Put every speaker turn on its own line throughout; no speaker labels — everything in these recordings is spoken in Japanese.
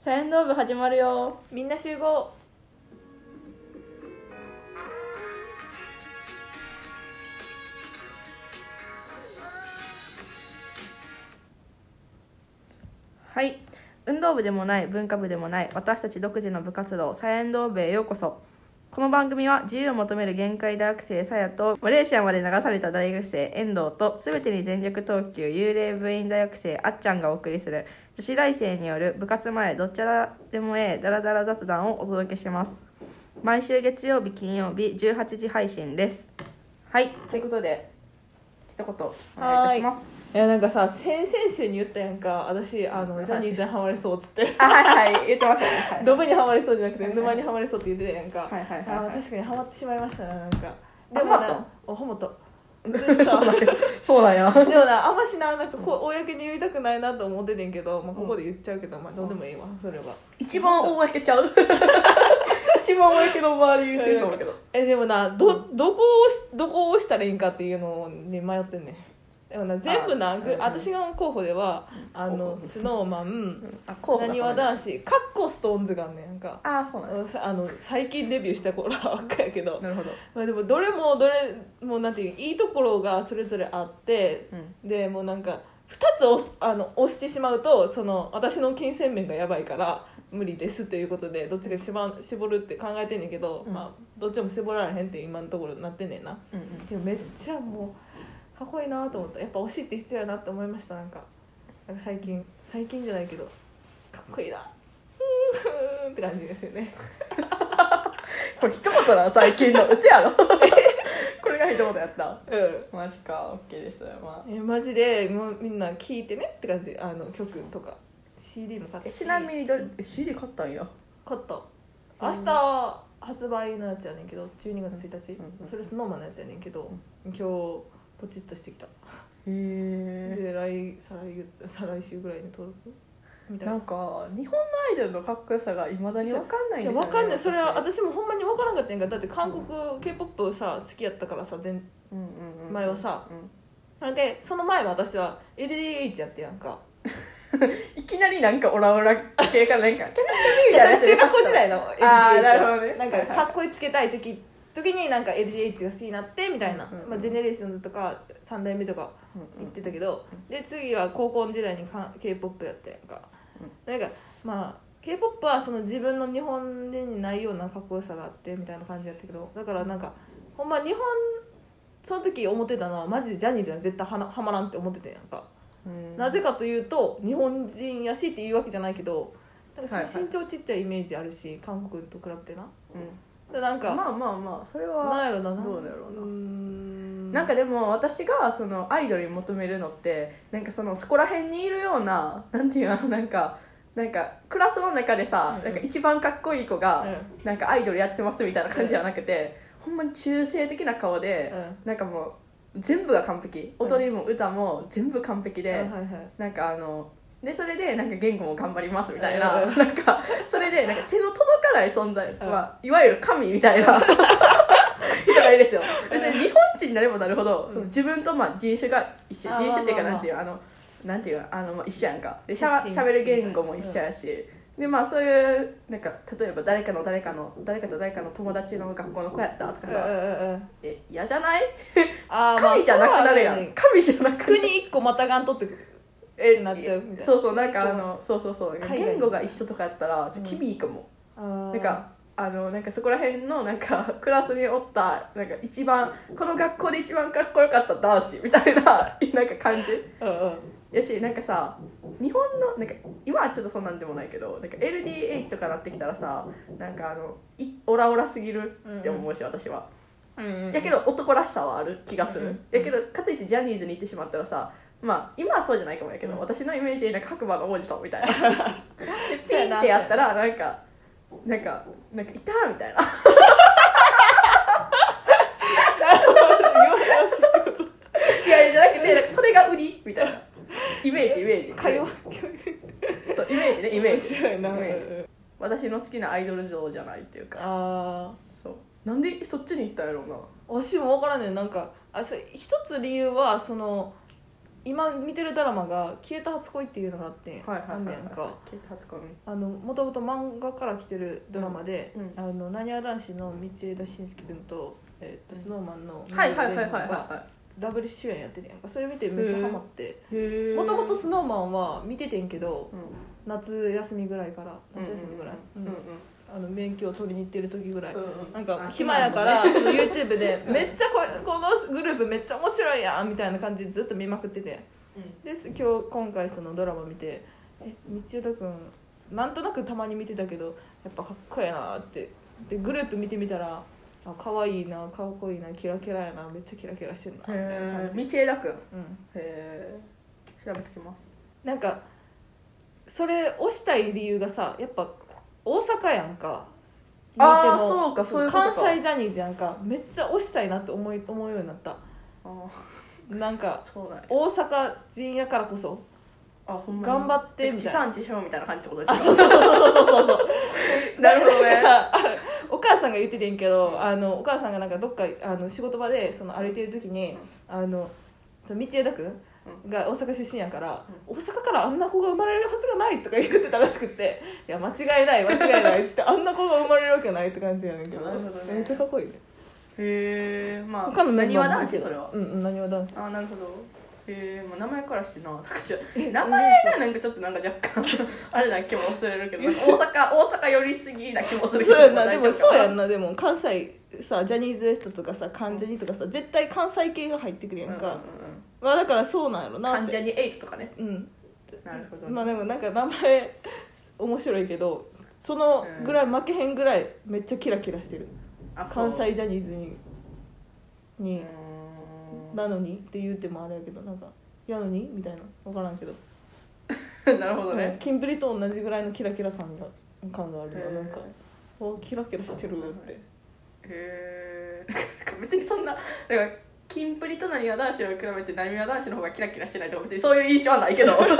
茶園道部始まるよ
みんな集合
はい運動部でもない文化部でもない私たち独自の部活動茶園道部へようこそこの番組は自由を求める限界大学生さやとマレーシアまで流された大学生遠藤と全てに全力投球幽霊部員大学生あっちゃんがお送りする女子大生による部活前どっちらでもええダラダラ雑談をお届けします毎週月曜日金曜日18時配信ですはいということで一言お願いいたします
いやなんかさ先々週に言ったやんか私あのジャニーズにハマれそうっつって
あはいはい言ってましたねはい
ドブにハマれそうじゃなくて沼にハマれそうって言ってたやんか、
はいはいはいはい
あ確かにハマってしまいましたななんか
あ
でも
ハマっ
な
た
おハマった全然さ
そうなんやそうなんや
でもなあんましななんかこう公に言いたくないなと思っててんけど、まあ、ここで言っちゃうけど、まあ、どうでもいいわそれは
一番公ちゃう一番公の周り言ってると思うけど
えでもなどどこをしどこを押したらいいんかっていうのに迷ってんねんでもな全部な
あー
ぐ
うん
私が候補ではあ
う
の
ん
スノーマン
あこ
なにわ男子かっこストーンズがあんねんなんか
あそうなんや
うんさあの最近デビューした頃は赤やけど、
なるほど
まあ、でもどれもどれもなんていういいところがそれぞれあって
うん
でもうなんか2つ押すあの押してしまうとその私の金銭面がやばいから無理ですということでどっちか絞絞るって考えてんねんけど、
うん
まあ、どっちも絞られへんって今のところなってんねんな
うんうん
でもめっちゃもうかっこいいなと思ったやっぱ推しって必要やなって思いましたなんかなんか最近最近じゃないけどかっこいいなうーんって感じですよね
これ一言なの最近の嘘やろこれが一言やった
うん
マジか OK ですまあ
えマジでもうみんな聴いてねって感じあの曲とか CD も買って
えちなみにどれえ CD 買ったんや
買った明日発売のやつやねんけど12月1日、
うんうん
それ SnowMan のやつやねんけど、今日ポチッとしてきた
へえ
で来再来月再来週ぐらいに登録みたい
な
なん
か日本のアイドルのかっこよさがいまだに分かんない
じ
で
ゃ
すよね
分かんないそれは私もほんまに分からんかったんやんかだって韓国 k p o p さ好きやったからさ全
うんうんうん
前はさ
うん
でその前は私は LDH やってやんか
いきなりなんかオラオラ系かなんか
じゃあそれ中学校時代の LDH
あーなるほどね
なんかかっこいいつけたい時時になんか LDH が好きになってみたいな、
うんうんうん
まあ、ジェネレーションズとか3代目とか行ってたけど、で次は高校時代にか k p o p やったやんか、なんかまあ k p o p はその自分の日本人にないようなかっこよさがあってみたいな感じやったけどだからなんかほんま日本その時思ってたのはマジでジャニーズは絶対はなはまらんって思ってたやんか、
うん
なぜかというと日本人やしっていうわけじゃないけどなんか
はいはい
身長ちっちゃいイメージあるし、韓国と比べてな
うん
でなんか、
まあまあまあそれ
なん
は
やろな
どうだろうな
ーん
なんかでも私がそのアイドルに求めるのってなんかそのそこら辺にいるようななんていうのなんかなんかクラスの中でさ、
うんうん
なんか一番かっこいい子
う
が、
ん
なんかアイドルやってますみたいな感じじゃなくて、ほんまに中性的な顔で、なんかもう全部が完璧
うん
踊りも歌も全部完璧で、
はいはいはい
なんかあのでそれでなんか言語も頑張りますみたいな、
うんうん
なんかそれでなんか手の届かない存在は、いわゆる神みたいな人がいるんですよ別に日本人になればなるほど、
うん
その自分とまあ人種が一緒
あー
人種っていうか
まあ
な
まあ
ん
まあ
ていうあのなんていうのあの、まあ、一緒やんかでしゃ
出身
しゃべる言語も一緒やし、でまあそういうなんか例えば誰かの誰かの誰かと誰かの友達の学校の子やったとか
うんう
さ
んうんうん
え嫌じゃない
あ ーまあ
神じゃなくなるや
そ
ん
う
神じゃなくなる
国一個またがんとってくる
え
ってなっちゃうみたいな
そうそうなんかあのそうそうそう
海外
言語が一緒とかやったらちょ
うん
キビいいかも、
な
なんかあのなんかそこら辺のなんかクラスにおったなんか一番この学校で一番かっこよかった男子みたいな なんか感じ
うんうん
やしなんかさ日本のなんか今はちょっとそんなんでもないけどなんか LDA とかなってきたらさなんかあのいオラオラすぎるって思うし、私は
うんうん
やけど男らしさはある気がする、
うんうん
やけどかといってジャニーズに行ってしまったらさまあ今はそうじゃないかもやけど、
うん
私のイメージなんか白馬の王子さんみたい なで
そ
ピ
う
ン
やな
ってやったらなんかなんかなんかいたみたいないやじゃなくてなんかそれが売りみたいなイメージイメージ
会話
そうイメージねイメージ
面白いな
イメージ 私の好きなアイドル像じゃないっていうか
あ
そうなんでそっちに行ったんやろうな
あ推しも分からんねんなんかあそれ一つ理由はその今見てるドラマが「消えた初恋」っていうのがあって
はいはい
あん
はい
ね
はい
んか
結発コミ
あのもともと漫画から来てるドラマで
うんうん
あのなにわ男子の道枝慎介君と,、えー、とスノーマンの
はいはいはいはいはい
宮野が
は
ダブル主演やってるやんかそれ見てめっちゃハマって
いへえ
もともとスノーマンは見ててんけど
うん
夏休みぐらいから夏休みぐらい、
うんうん
うんあの免許を取りに行ってる時ぐらい、
うんうん
なん
あ
か暇やから、
暇
その YouTube で
うん
めっちゃこ このグループめっちゃ面白いやんみたいな感じでずっと見まくってて
うん
です今日今回そのドラマ見てえ道枝君なんとなくたまに見てたけどやっぱかっこいいなってでグループ見てみたらあ可愛いなかっこいいなキラキラやなめっちゃキラキラしてるなみたいな
へ
感じ、
え道枝君へ
うん、
え調べてきます
なんかそれ押したい理由がさやっぱ大阪やんか
あー
言ても
そうかそういうことか
関西ジャニーズやんかめっちゃ押したいなって思い思うようになった
あ
なんか
あそうだね
大阪人やからこそ
あほんまに
頑張ってみ
地
たいな
産地消みたいな感じってことで
あ
す
そうそうそうそうそうそうそう
なるほどね
なんかさあお母さんが言っててんけどあのお母さんがなんかどっかあの仕事場でその歩いてる時に、あのその道枝君が大阪出身やから、大阪からあんな子が生まれるはずがないとか言ってたらしくって「いや間違いない間違いな い」っつってあんな子が生まれるわけないって感じやねんけど
なるほどね
めっちゃかっこいいね
へえまあ
他のメ
何
ンバ
は
ーも
男子それは
うんうんなにわ男子
あなるほどへえ、まあ、名前からしてななんかちょ名前がなんかちょっとなんか若干 あれな気もするけどなんか大阪大阪寄りすぎな気もす
そ
る
う
けど
やんなでもそうやん
ん
なでも関西さジャニーズ WEST とかさ関ジャニとかさ絶対関西系が入ってくるやんか、まあだからそうなんやろなっ
関ジ
て
ャニエイトとかね
うん
なるほど、
まあでもなんか名前面白いけどそのぐらい負けへんぐらいめっちゃキラキラしてる
あそう
関西ジャニーズに
う
に、
ー
なのにって言うてもあれやけどなんか「やのに?」みたいな分からんけど、
ん なるほど
うん
ね、
キンプリと同じぐらいのキラキラさんが感がある
へー
ななんか「おキラキラしてる」って
へえ 別にそんなだからキンプリとなにわ男子を比べてなにわ男子の方がキラキラしてないとか別にそういう印象はないけど そういう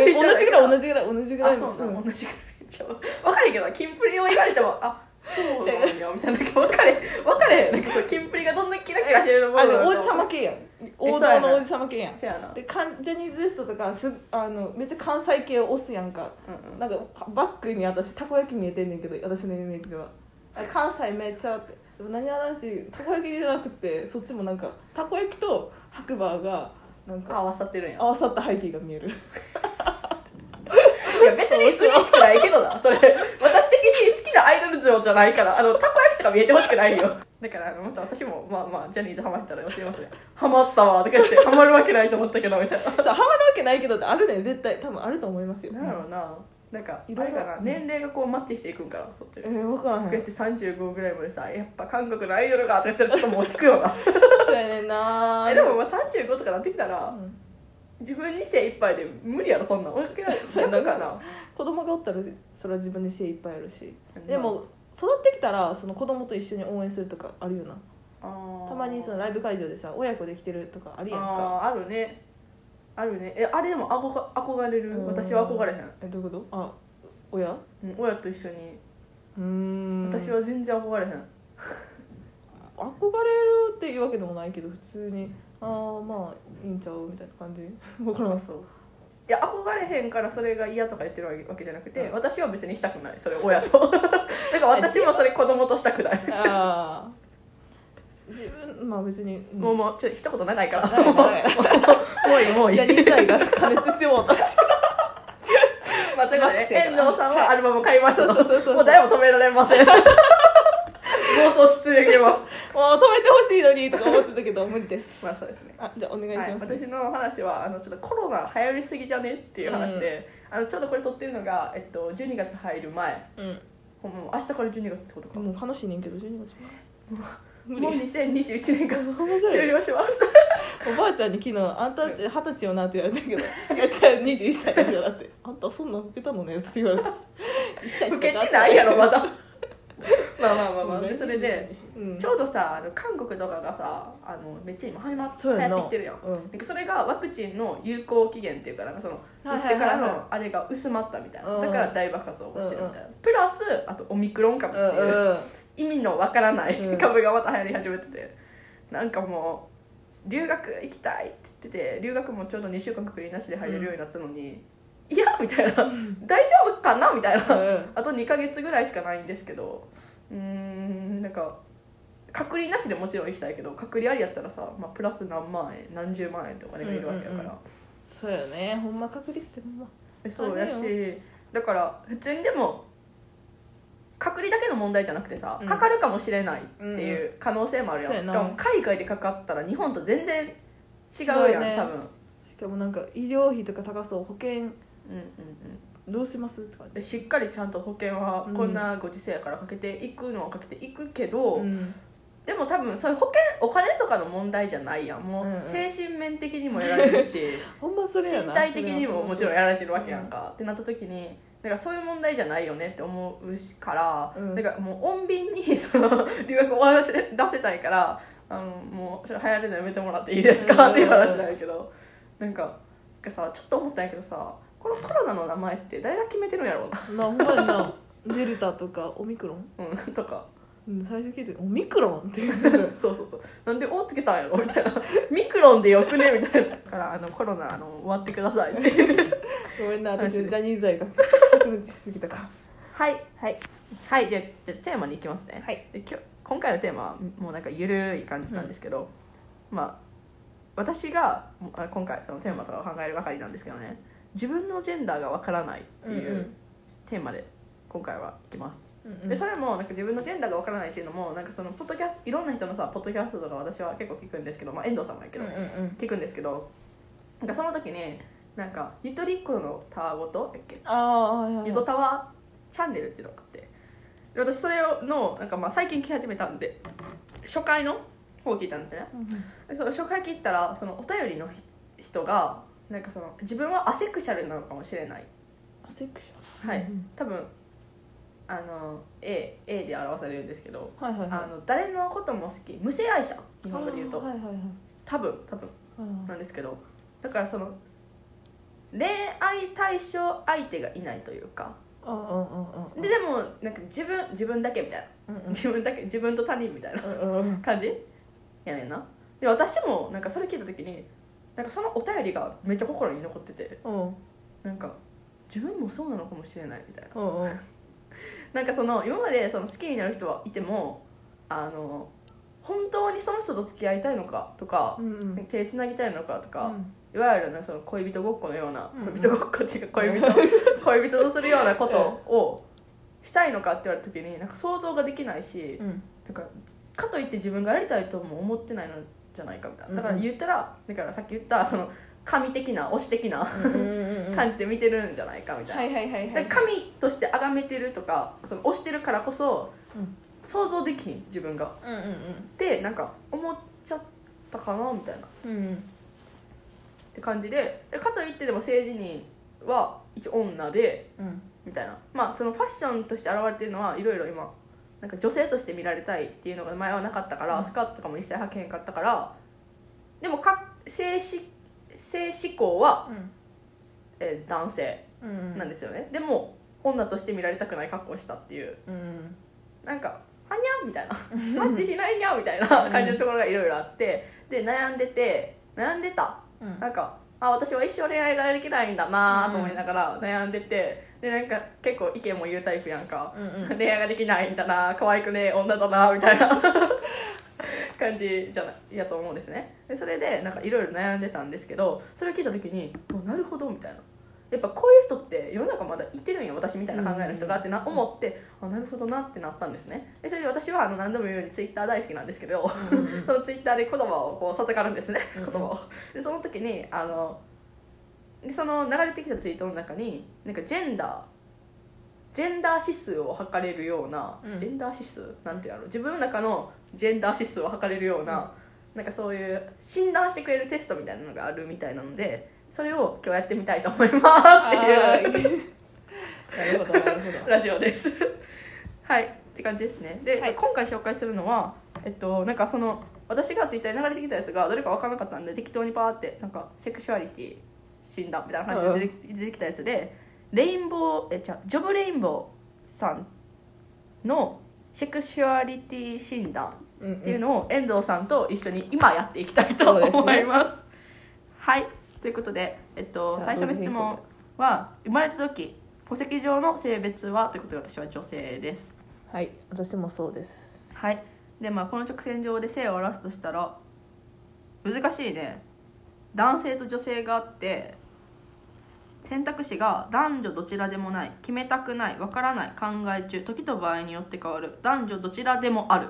え
印象は
同
ない
じ
け
ぐ
ど
らい同じぐらい同じぐら
あ
い
そうな
うん
の同じぐらいちょ分かるけどキンプリを言われてもあそうなんやみたいななんか分かれ分かれなんかこうキンプリがどんなキラキラしてるの
あで王子
様
様系やん王道の王子様系やん
せやな
でかんジャニーズ WEST とかすあのめっちゃ関西系を押すやんか
うんうん
なんかバックに私たこ焼き見えてんねんけど私のイメージではあ関西めっちゃってでも何話たこ焼きじゃなくてそっちもなんかたこ焼きと白馬がなんか
合わさってるんや
合わさった背景が見え る
いや別に嬉しくないけどなそれ私的に好きなアイドル像じゃないからあのたこ焼きとか見えてほしくないよだからあのまた私もまあまあジャニーズハマったら教えますねハマったわとか言ってハマるわけないと思ったけどみたいな
さハマるわけないけどってあるねん絶対多分あると思いますよ
なんやろうななんか
いろいろ
あれかな年齢がこうマッチしていくんかなそっち
えー、分からへ
こうやっ
ん
て35ぐらいまでさやっぱ韓国のアイドルがとか言ったらちょっともう引くよな
そうやねんな
えでもまあ35とかなってきたら
うん
自分に精一杯で無理やろそんなん追いかけられる
そうやな
逆かな
子供がおったらそれは自分で精一杯やるし
うん
でも育ってきたらその子供と一緒に応援するとかあるよなた
た
まにそのライブ会場でさ親子で来てるとかあるやんか
あーあるねあるねえあれでも憧が憧れ
う
る
ん
私は憧れへん
えどういうことあ親う
うん親と一緒に
ーん
私は全然憧れへん
憧れるっていうわけでもないけど普通にああまあいいんちゃうみたいな感じ 分からん
そういや憧れへんからそれが嫌とか言ってるわけじゃなくて、
うん
私は別にしたくないそれ親 とだから私もそれ子供としたくない
ああ自分まあ別に、うん、
もうもうちょっと一言長いから
ない
もう
ない
もういい もういい
ジャニーズ愛 が加熱してもうたし
まあ、ということで、
学生
遠
だな
藤さんはアルバム買いましたと
そうそうそうそう
もう誰も止められま せん暴走し続けま
もう止めてほしいのにとか思ってたけど無理です
すまあそうですね
あじゃあお願いしま
は
す、
い、私の話はあのちょっとコロナ流行りすぎじゃねっていう話で、あのちょうどこれ撮ってるのが、えっと、12月入る前ほんまもう明日から12月ってことか
うん、
も
もう悲しいねんけど12月
う2021年が
白
終了します
おばあちゃんに昨日「あんた二十歳よな」って言われたけど「いやじゃあ21歳だよ」だって「あんたそんなん老けたのね」って言われたし1歳
老
し
け
か
てないやろまだまあまあまあまあ、
うん
でそれで、
うん、
ちょうどさあの韓国とかがさあのめっちゃ今流行って
そうや
流
な
行ってきてるやん
うん
なんかそれがワクチンの有効期限っていうかなんかその打
はい
っ
はい
て
はい
か
はい
らのあれが薄まったみたいな
うん
だから大爆発を起こしてるみたいなプラスあとオミクロン株っ
う
て
ん
いう
うん
意味のわからない
うん
株がまた流行り始めててなんかもう留学行きたいって言ってて留学もちょうど2週間隔離なしで入れるようになったのに、いやみたいな大丈夫かなみたいな
うん
あと2ヶ月ぐらいしかないんですけどうーんなんか隔離なしでもちろん行きたいけど隔離ありやったらさ、まあ、プラス何万円何十万円とかねいるわけやから、
うんうんうんそうよねほんま隔離ってほんま
えそうやし
あ
だから普通にでも隔離だけの問題じゃなくてさ、
うん
かかるかもしれないっていう可能性もあるやん、
そうや
し
な
かも海外でかかったら日本と全然違
違
う
う
や
よ
ん、
ね
多分
しかもなんか医療費とか高そう保険
うんうんうん
どうしますとかね
でしっかりちゃんと保険は
うん
こんなご時世やからかけていくのはかけていくけど、
うん
でも多分そういう保険お金とかの問題じゃないやんもう
うんうん
精神面的にもやられるし
ほんまそれやな
身体的にももちろん
や
やられてるわけやんか、ってなった時にだからそういう問題じゃないよねって思うしから、
うん
だからもう穏便に その留学終わらせらせたいからあのもうそれ流行るのやめてもらっていいです
うんうんう
か
ん
っていう話なんやけどなんかなんかさちょっと思ったんやけどさこのコロナの名前って誰が決めてるんやろうな、
まあほんまになデルタとかオミクロン
うん、とか
うん最初聞いてオミクロンっていう
そうそうそうなんで「お」つけたんやろみたいな「ミクロンでよくね」みたいなだからあのコロナあの終わってくださいって
ごめんな私ジャニーズ愛が確立しすぎたか
はい
はい
はいじゃあじゃあテーマに行きますね、
はい
で今日今回のテーマはもうなんかゆるい感じなんですけど、まあ私がもあ今回そのテーマとかを考えるばかりなんですけどね自分のジェンダーがわからないっていううんテーマで今回はいきます
うん
でそれもなんか自分のジェンダーがわからないっていうのもなんかそのポッドキャストいろんな人のさポッドキャストとか私は結構聞くんですけど、まあ、遠藤さんもやけ
う
ど、
んうん
聞くんですけどなんかその時になんかゆとりっ子のたわごとだっけ
ああはいはい
ゆとたわチャンネルっていうのがあってで私それをのなんかまあ最近聞き始めたんで初回の方を聞いたんですねでその初回聞いたらそのお便りのひ人がなんかその自分はアセクシャルなのかもしれない
アセクション
はい
うん
多分あの A, A で表されるんですけど
はいはい
あ
は
の誰のことも好き無性愛者
い
日本語で言うと
あーはいはいはい
多分多分
はいはい
なんですけどだからその恋愛対象相手がいないというか
うんうんうんうん
ででもなんか自分自分だけみたいな
うんうん
自分だけ自分と他人みたいな
うんうんうん
感じやねんなで私もなんかそれ聞いた時になんかそのお便りがめっちゃ心に残ってて
うん
なんか自分もそうなのかもしれないみたいな
うんうん
なんかその今までその好きになる人はいてもあの本当にその人と付き合いたいのかとか
う、んうん
手つなぎたいのかとか、
うん
いわゆるなんかその恋人ごっこのような、
うんうん
恋人ごっこっていう か恋人恋人とするようなことをしたいのかって言われた時になんか想像ができないし、
うん
なんかかといって自分がやりたいとも思ってないのじゃないかみたいなだから
うんうん
言ったらだからさっき言ったその神的な推し的な
うん
感じで見てるんじゃないかみたいな
は、いはいはいは
だ
い
から神として崇めてるとかその推してるからこそ、
うん
想像できひん自分が
うんうん
ってなんか思っちゃったかなみたいな。
うんうん
って感じででかといってでも政治人は一応女で
うん
みたいなまあそのファッションとして現れてるのはいろいろ今なんか女性として見られたいっていうのが前はなかったから、
うん
スカートとかも一切履けへんかったからでもか性し性思考は、えー男性
うん
なんですよね、でも女として見られたくない格好をしたっていう
うん
なんか「はにゃ」みたい な「マッチしないにゃ」みたいな感じのところがいろいろあってで悩んでて悩んでた
うん
なんかあ私は一生恋愛ができないんだなと思いながら悩んでて、でなんか結構意見も言うタイプやんか、
うんうん
恋愛ができないんだな可愛くねえ女だなみたい な感じじゃないやと思うんですねでそれでなんかいろいろ悩んでたんですけどそれを聞いた時にあなるほどみたいなやっぱこういう人って世の中まだいてるんや私みたいな考えの人がってな
うん
思ってあなるほどなってなったんですねでそれで私はあの何度も言うようにツイッター大好きなんですけどそのツイッターで言葉をこう授かるんですね
うん
言
うん
葉をでその時にあのでその流れてきたツイートの中になんかジェンダージェンダー指数を測れるような、
うん
ジェンダー指数なんていうの自分の中のジェンダー指数を測れるような、なんかそういう診断してくれるテストみたいなのがあるみたいなのでそれを今日やってみたいと思いますっていう
なるほどなるほど
ラジオですはいって感じですねで、
はい
今回紹介するのはえっとなんかその私がツイッターに流れてきたやつがどれか分からなかったんで適当にパーってなんかセクシュアリティ診断みたいな感じで出て,、出てきたやつでレインボーえじゃジョブレインボーさんのセクシュアリティ診断
うん
っていうのを遠藤さんと一緒に今やっていきたいと
そうですね
思います。はいということで、えっと、
さあ
最初の質問は生まれた時戸籍上の性別はということで私は女性です。
はい私もそうです
はいでまあこの直線上で性を表すとしたら難しいね男性と女性があって選択肢が男女どちらでもない決めたくないわからない考え中時と場合によって変わる男女どちらでもある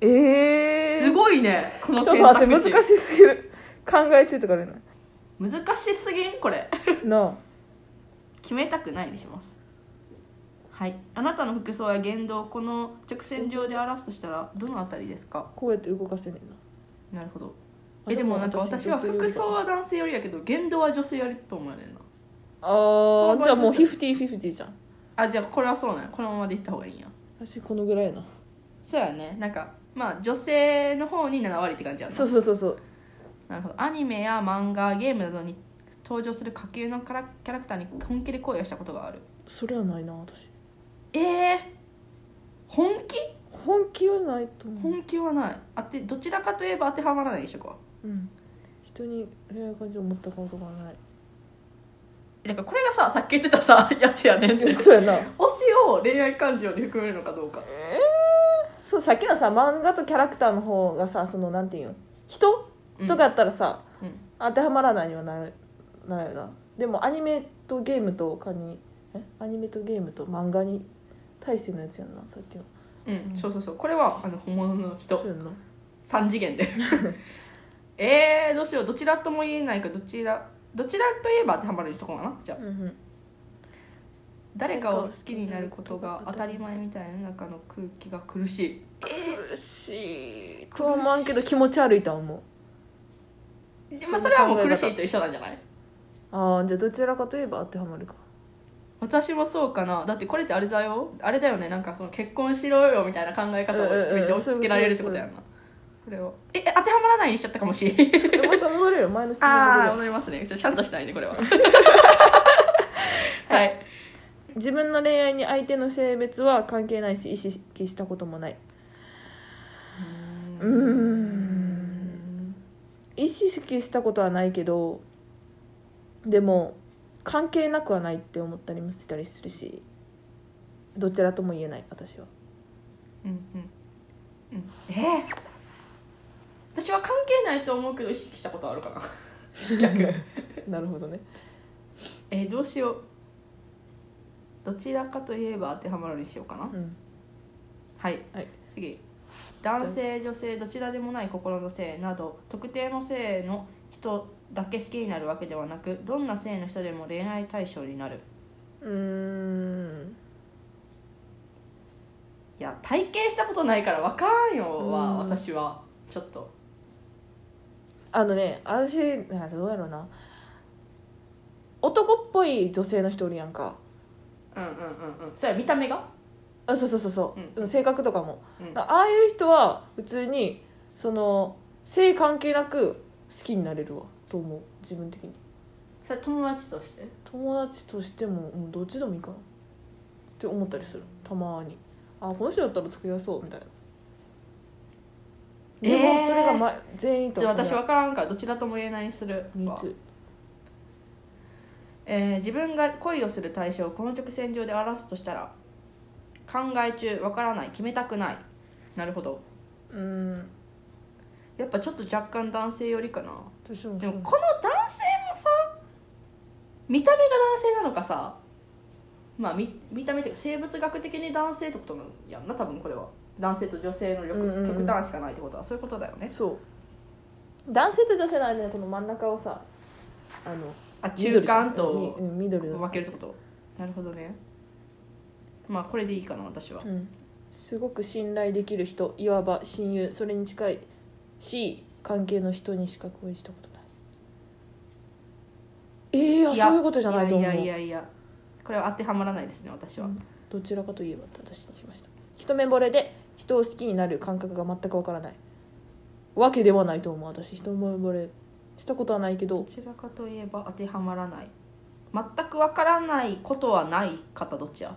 ええ
すごいねこの
ちょっ
選
と待って
択
難
肢
しすぎる考え中とかある の
難しすぎんこれ
な
決めたくないにしますはいあなたの服装や言動をこの直線上で表すとしたらどのあたりですか
あこうやって動かせねえな
なるほど
あ
えでもなんか
でも私
私は服装は男性よりやけど言動は女性よりと思うねんな
あ
その場合
あじゃあもう
どう
フィフティフィフティじゃん
あじゃあこれはそうなのこのままでいった方がいいんや
私このぐらいやな
そうやねなんかまあ女性の方に7割って感じやな
そうそうそうそう
なるほどアニメや漫画ゲームなどに登場する下級のキャラキャラクターに本気で恋をしたことがある
それはないな私
えー、本気
本気はないと思う、
本気はないあてどちらかといえば当てはまらないでしょこは
うん、人に恋愛感情を持ったことが ない
だからこれがささっき言ってたさ やつやねんって推し
そうやな
を恋愛感情に含めるのかどうか
そうさっきのさ漫画とキャラクターの方がさそのなんていうの人
うん
とかやったらさ、
うん
当てはまらないにはなるなるよなでもアニメとゲームとかにえアニメとゲームと漫画に対してのやつやんなさっきの
うんそうそうそうこれはあの本物の人
そうやんな
3次 元でえー、どうしようどちらとも言えないかどちらどちらといえば当てはまるとこかなじゃあ
うんうん
誰かを好きになることが当たり前みたいな中の空気が苦しい
苦しいとは思わんけど気持ち悪いとは思う
まあそれはもう苦しいと一緒なんじゃない
ああじゃあどちらかといえば当てはまるか
私もそうかなだってこれってあれだよあれだよねなんかその結婚しろよみたいな考え方を
うんうんうん
めっちゃ押し付けられるってことやんなこれをええ当てはまらないようにしちゃったかもしれん
えもう一回戻れるよ前の質問に戻れ
ああ
る
戻りますねちょちゃんとしたいねこれ ははい
自分の恋愛に相手の性別は関係ないし意識したこともないうーん意識したことはないけどでも関係なくはないって思ったりもしたりするしどちらとも言えない私は
うんうんうんえー私は関係ないと思うけど意識したことあるかな
なるほどね
えーどうしようどちらかといえば当てはまるにしようかな
うん
はい、
はい
次男性女性どちらでもない心の性など特定の性の人だけ好きになるわけではなくどんな性の人でも恋愛対象になる
うーん
いや体験したことないから分からんよは
うん
私はちょっと
あのね私あどうやろうな男っぽい女性の人おるやんか
うんうんうんうんそれは見た目が
あそうそうそうそう、
う
性格とかも、
うん
だからああいう人は普通にその性関係なく好きになれるわと思う自分的に
それ友達として
友達としても、うん、どっちでもいいかなって思ったりするたまにあこの人だったら付き合いそうみたいなでも
えー
それが、ま全員と
じゃあ
思う
私分からんからどちらとも言えないにする
Me
わ
too
えー自分が恋をする対象をこの直線上で表すとしたら考え中分からない決めたくないなるほど
うん
やっぱちょっと若干男性寄りかな
私も
で
そう
もこの男性もさ見た目が男性なのかさまあ見見た目っていうか生物学的に男性ってことなんやんな多分これは男性と女性の
うんうんうん
力極端しかないってことはそういうことだよね
そう男性と女性の間のこの真ん中をさあの
あ中間と
緑うん緑の
分けるってことなるほどねまあこれでいいかな私は
うん、すごく信頼できる人いわば親友それに近いし関係の人にしか恋したことないええー、あ
いや
そういうことじゃないと思う
やいやいやいやこれは当てはまらないですね私は、
うんどちらかといえばって私にしました一目惚れで人を好きになる感覚が全くわからないわけではないと思う私一目惚れしたことはないけ
ど
ど
ちらかといえば当てはまらない全くわからないことはない方どっちや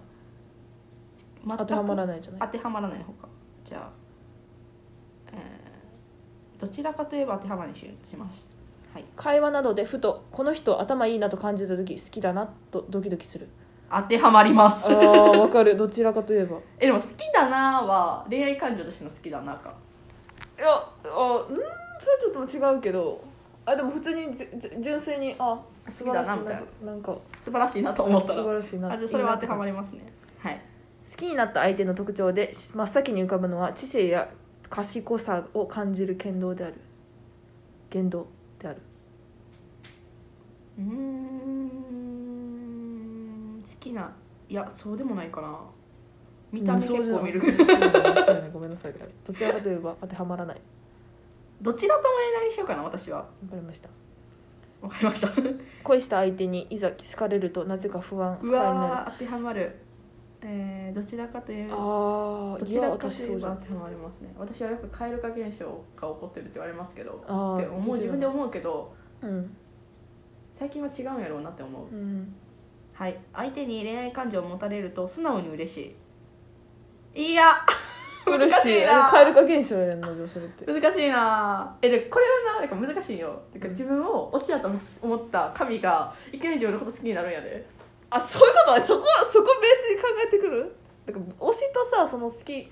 全く
当てはまらないじゃない
当てはまらない方かじゃあどちらかといえば当てはまにししますはい
会話などでふとこの人頭いいなと感じた時好きだなとドキド キする
当てはまります
あーわかるどちらかといえばい
えでも好きだなは恋愛感情としての好きだなか
やあうんそれはちょっと違うけどあでも普通にじじ純粋にあ素晴らしいな
好きだなみ
なんか
素晴らしいなと思った
素
ら
晴らしいな
あじゃあそれは当てはま
いいなって感じ
りますねはい
好きになった相手の特徴で真っ先に浮かぶのは知性や賢さを感じる言動である言動である
うーん好きないやそうでもないかな見た目結構見る
うんそうじゃないそうじゃないごめんなさいどちらかといえば当てはまらない
どちらともえないにしようかな私は
わかりました
わかり ました
恋した相手にいざ好かれるとなぜか不安
うわー当てはまるえー、どちらかという
不安になるあ
どちらかと
あいや私
い
そ
え
うじゃ
ば
ん
当てはまりますね私はよく蛙化現象が起こってるって言われますけど
あー
って思う自分で思うけど
うん
最近は違うんやろうなって思う
うん
はい相手に恋愛感情を持たれると素直に嬉しいいや難
苦し
し
い
いな
カエル化現象やんなでもそれって
難しいなえでこれはななんか難しいよなんか自分を推しだと思った神がいきなり自分のこと好きになるんやで
あそういうことそこそこベースに考えてくるだから推しとさその好き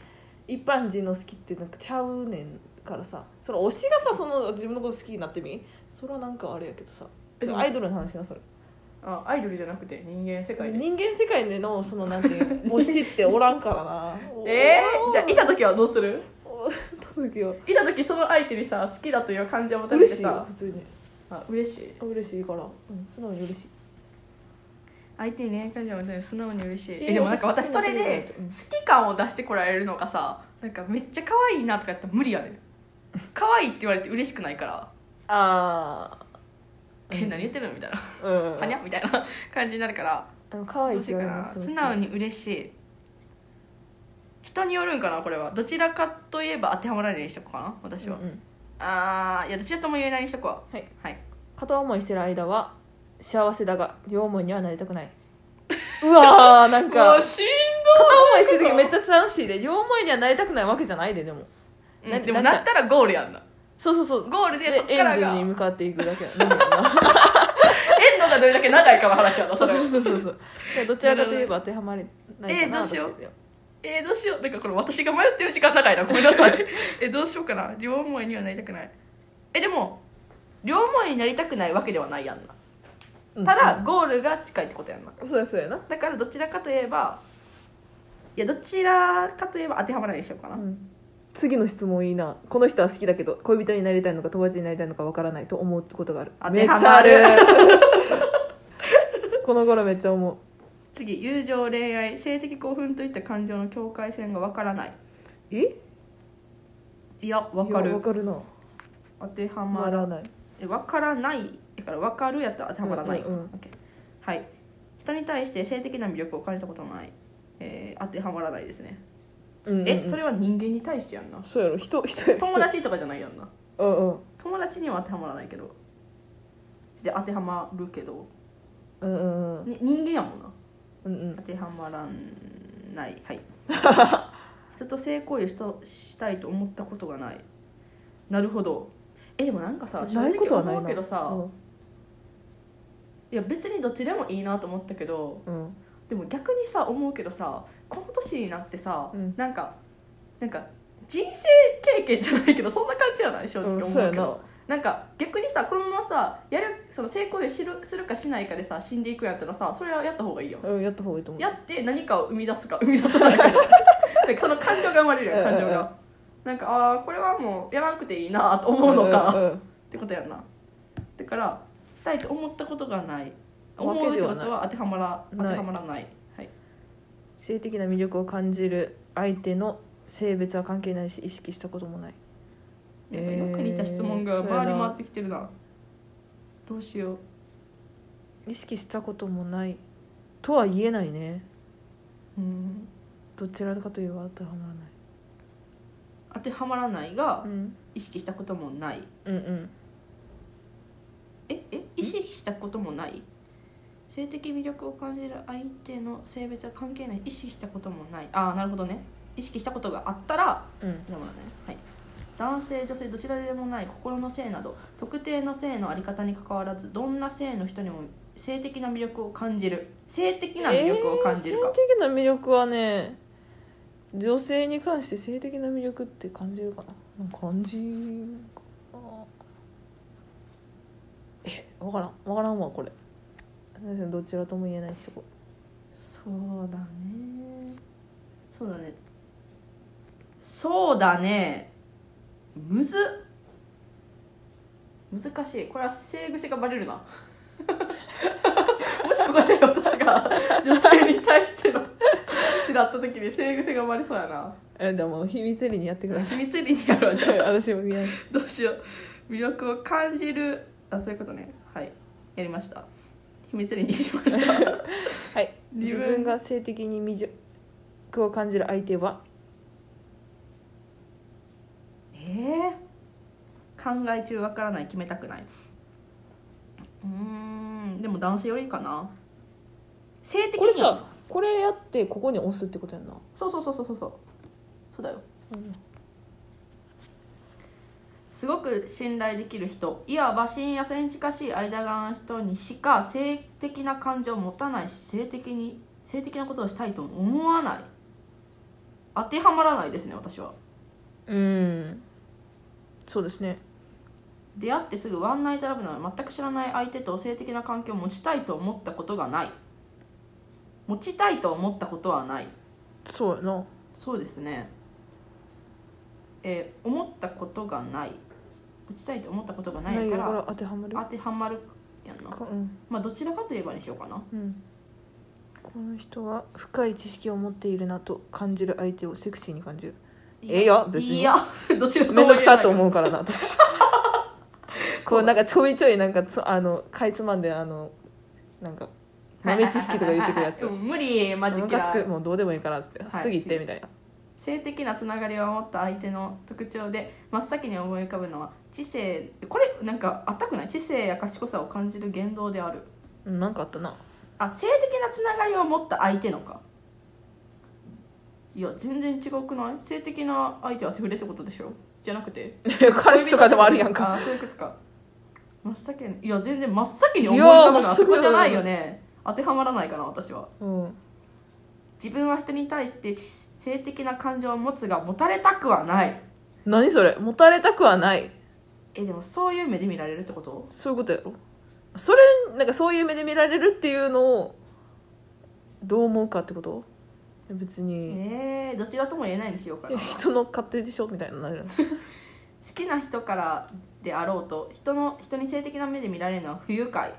一般人の好きってなんかちゃうねんからさその推しがさその自分のこと好きになってみそれはなんかあれやけどさ
えでも
アイドルの話なそれ
あアイドルじゃなくて人間世界で
人間世界でのそのなんていう の推しっておらんからな
えー、じゃあいた時はどうする
お届けはい
た時その相手にさ好きだという感情を持たれて
嬉しいよ
さ
普通に
あ嬉しい
あ嬉しいからうん素直に嬉しい
相手に恋愛感情を持たれる素直に嬉しい
え
えでもなんか
私
私それで
うん
好き感を出してこられるのがさなんかめっちゃ可愛いなとかやったら無理やね可愛いって言われて嬉しくないから
あ
え何言ってるのみたいな
あうん
はにゃみたいな 感じになるから
あの可愛いって言われるの
素
その
直に嬉しい人によるんかなこれはどちらかといえば当てはまらないようにしとこうかな私は、
うんうん
ああいやどちらとも言えないようにしとこう
はい、
はい、
片思いしてる間は幸せだが両思いにはなり たくないうわーなんか
もう
片
しん
思いしてる時めっちゃ楽しいで両思いにはなりたくないわけじゃないででも
ど
な
うんでも
なんか
なったらゴールやんな
そうそうそう
ゴールで
で
そっ
エ
から
ン
が
ドに
エン
向かっていくだ けなんだろうな
ドがどれだけ長いかの話 やなそ
そ
うれは
そうそうそうそうじゃあどちらかといえば当てはまれない
え
かな
ーどうしよう
私では
えー、どうしようなんかこれ私が迷ってる時間長いなごめんなさ いえどうしようかな両思いにはなりたくないえでも両思いになりたくないわけではないやんな
うん
ただゴールが近いってことやんな
そうやそうやな
だからどちらかといえばいやどちらかといえば当てはまらないでしょうかな、
うん次の質問いいなこの人は好きだけど恋人になりたいのか友達になりたいのかわからないと思うことがある
当
め
て
っち
は
ゃ
ま
あ
る
る この頃めっちゃ思う
次友情恋愛性的興奮といった感情の境界線がわからない
え
いやわか
いや
る
わかるな
当てはま
ま
ら
らない
えわからないだからわかるやったら当てはまらない、
うんうんうん
OK はい人に対して性的な魅力を感じたことない、えー当てはまらないですね、
うんうんうん
えそれは人間に対してやんな
そうやろ人人や人
友達とかじゃないやんな
うんうん
友達には当てはまらないけどじゃあ当てはまるけど
うんうんうん
に人間やもんな
うんうん
当てはまらない はい人と性行為しとしたいと思ったことがないなるほどえでもなんかさ正
ない
直
ことはない
思う
な
けどさい,、や別にどっちでもいいなと思ったけど
うんうん
でも逆にさ思うけどさこの年になってさ、
うん
なんかなんか人生経験じゃないけどそんな感じじゃない正直思
うん
うけ
そう
ど、
や
な
な
んか逆にさこのままさやるその性行為をしろするかしないかでさ死んでいくんやったらさそれはやった方がいいよ
うんやった方がいいと思う
やって何かを生み出すか生み出さ ないかなんかその感情が生まれるやん感情
うんうんうん
がなんかああこれはもうやらなくていいなと思うのか、
う
っ
んうん
てことやんなだからしたいと思ったことがない思
わけでは
ってこ
ないう
とは当てはまら当
ない
てはまらないはい、
性的な魅力を感じる相手の性別は関係ないし意識したこともない
なんかよく似た質問が
えーそうや
回り
な
回ってきてるな、どうしよう
意識したこともないとは言えないね
うん
どちらかといえば当てはまらない、
当てはまらないが
うん、
意識したこともない
うんうん
ええ意識したこともない性的魅力を感じる相手の性別は関係ない意識したこともないああなるほどね意識したことがあったら
うん
でもねはい男性女性どちらでもない心の性など特定の性のあり方に関わらずどんな性の人にも性的な魅力を感じる性的な魅力を感じるか、
えー性的な魅力はね女性に関して性的な魅力って感じるかな感じかえ分からん分からんわこれ先生どちらとも言えないしこ
そうだねそうだねそうだねむずっ難しいこれは性癖がバレるな もしここで私が女性に対してのってなった時に性癖がバレそうやな
えでも秘密裏にやって くださ
秘密裏にやろうじゃ
い私も見ない
あどうしよう魅力を感じるあそういうことねはいやりました秘密裏にしました
はい
自
自
分
分が性的に魅力を感じる相手は
えー、考え中わからない決めたくないうーんでも男性よりかな性的に
こ
は
れさこれやってここに押すってことやんな、
そうそうそうそうそうそうそうだよすごく信頼できる人いわば深夜性に近しい間柄の人にしか性的な感情を持たないし性的に性的なことをしたいとも思わない当てはまらないですね私は
うんそうですね
出会ってすぐワンナイトラブなど全く知らない相手と性的な関係を持ちたいと思ったことがない持ちたいと思ったことはない
そうやな
そうですねえー思ったことがない持ちたいと思ったことがな
内
い
容
か
からら当てはまる
当てはまるやんな
うん
まあどちらかといえばにしようかな
うんこの人は深い知識を持っているなと感じる相手をセクシーに 感じるえいや別に
いや どちら
めんどくさと思
う
うからな私 こうなんかちょいちょいなんかつあのかいつまんであのなんか豆知識とか言ってくる やつ
うん無理マジ
ム
キ
カ
ラ
つくもうどうでもいいからっつって、
はい
次行ってみたいな
性的なつながりを持った相手の特徴で真っ先に思い浮かぶのは知性これなんかあったくない知性や賢さを感じる言動である
うんなんかあったな
あ性的なつながりを持った相手のかいや全然違くない性的な相手はセフレってことでしょじゃなくて
彼氏とかでもあるやんか
あそういうことか真っ先にいや全然真っ先に思い
いや
浮か
ー
ぶのはそこじゃないよ
真
ね当てはまらないかな私は
うん
自分は人に対して性的な感情を持つが持たれたくはない
何それ持たれたくはない
えでもそういう目で見られるってこと
そういうことやろそれなんかそういう目で見られるっていうのをどう思うかってこと別に、
えー、どちらとも言えないにしようか
い
な
や
好
人の勝手でしょみたいになる
きな人からであろうと人の人に性的な目で見られるのは不愉快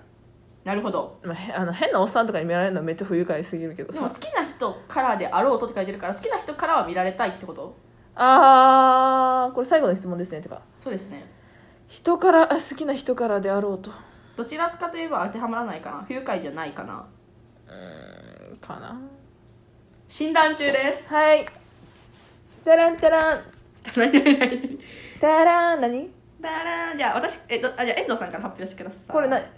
なるほど
まあへ、あの変なおっさんとかに見られるのはめっちゃ不愉快すぎるけど
でも
さ
好きな人からであろうとって書いてるから好きな人からは見られたいってこと
あーこれ最後の質問ですねてか
そうですね
人からあ好きな人からであろうと
どちらかといえば当てはまらないかな不愉快じゃないかな
かな
診断中 です
はいタランタランタラン何
だらーんじゃあ私えどあじゃあ遠藤さんから発表してください
これな、え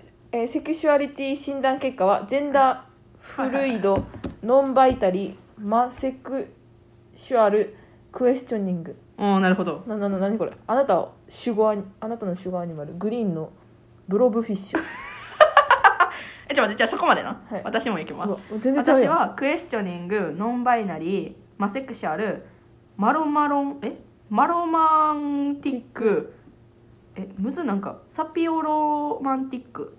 ーセクシュアリティ診断結果はジェンダーフルイドノンバイタリーマセクシュアルクエスチョニング
おーなるほど
ななな何これあなたをシュゴアニあなたのシュゴアニマルグリーンのブロブフィッシュ
えちょっと待ってじゃあそこまでな、
はい
私も行きます
うわ全然ちゃう
私
やん
はクエスチョニングノンバイナリーマセクシャルマロマロンえマロマンティックえむずなんかサピオロマンティック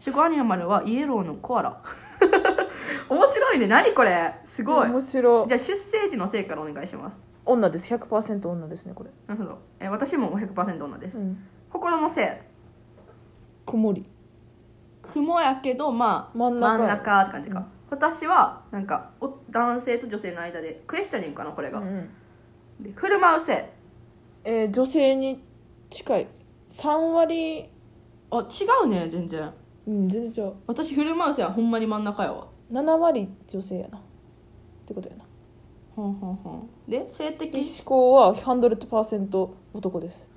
シュゴアニマルはイエローのコアラ 面白いね何これすごい
面白い
じゃあ出生時のせいからお願いします
女です100%女ですねこれ、
なるほどえ私も100%女です、
うん、
心のせ
曇り
い雲やけどまあ
真ん中
真ん中って感じか、私はなんかお男性と女性の間でクエスチョニングかなこれ
う
が、
んうん
で振る舞う性
えー女性に近い3割
あ違うね全然
うん全然違う
私振る舞う性はほんまに真ん中やわ
7割女性やなってことやな
ほんほんほんで性的
思考は100%男です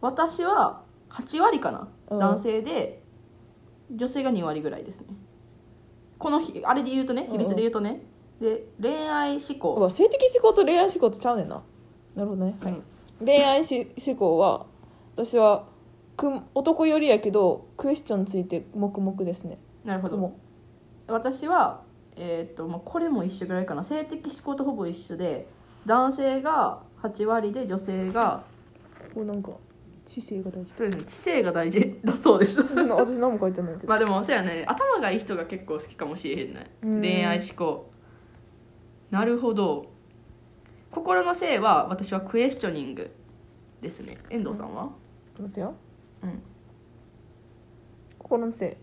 私は8割かな、
うん
男性で女性が2割ぐらいですねこの日あれで言うとね比率で言うとね、で恋愛思
う
考、
わ性的思考と恋愛思考ってちゃうねんななるほどね、はい
うん
恋愛し思考は私はく男よりやけどクエスチョンついて黙々ですね
なるほど
雲
私は、えーっとまあ、これも一緒ぐらいかな性的思考とほぼ一緒で男性が8割で女性が
おなんか知性が大事
そうですね知性が大事だそうです
な 私何も書いてないけど、
まあでもそうやね頭がいい人が結構好きかもしれへんね
うん
恋愛思考なるほど心の性は私はクエスチョニングですね遠藤さんは、
待ってよ
うん
心のせ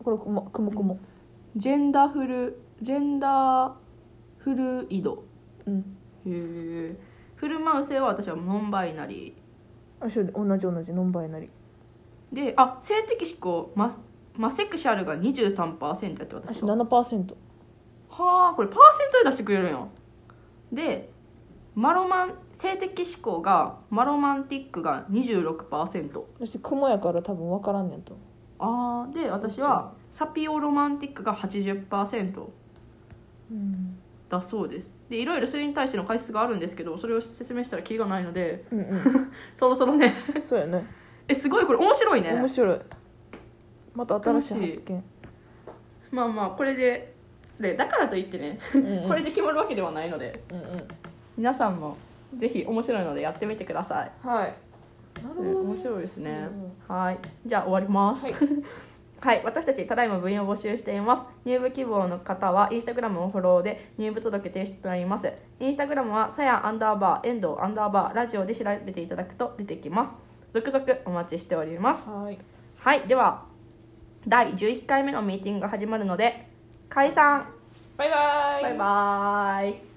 いこれ雲雲雲
ジェンダーフルジェンダーフルイド
うん
へえフルマウ性は私はノンバイナリ
あ一緒で同じ同じノンバイナリー
ーであ性的思考ママセクシャルが23%やって私
私
は
7%
はあこれパーセントで出してくれるんやでマロマン性的思考がマロマンティックが26%
私雲やから多分分からんねんと
あーで私はサピオロマンティックが80%
うん
だそうですでいろいろそれに対しての解説があるんですけどそれを説明したらキリがないので
うんう
そろそろね
ん そうやね
えすごいこれ面白いね
面白いまた新しい発見
まあまあこれででだからといってね
うんうん
これで決まるわけではないので
うんうん
皆さんもぜひ面白いのでやってみてください
はいなるほどね
面白いですね
うん、
はいじゃあ終わります
は
はいい、私たちただいま部員を募集しています入部希望の方はインスタグラムをフォローで入部届提出となりますインスタグラムはさやアンダーバー遠藤アンダーバーラジオで調べていただくと出てきます続々お待ちしております
はい
はいでは第11回目のミーティングが始まるので解散
バイバイ
バイバーイ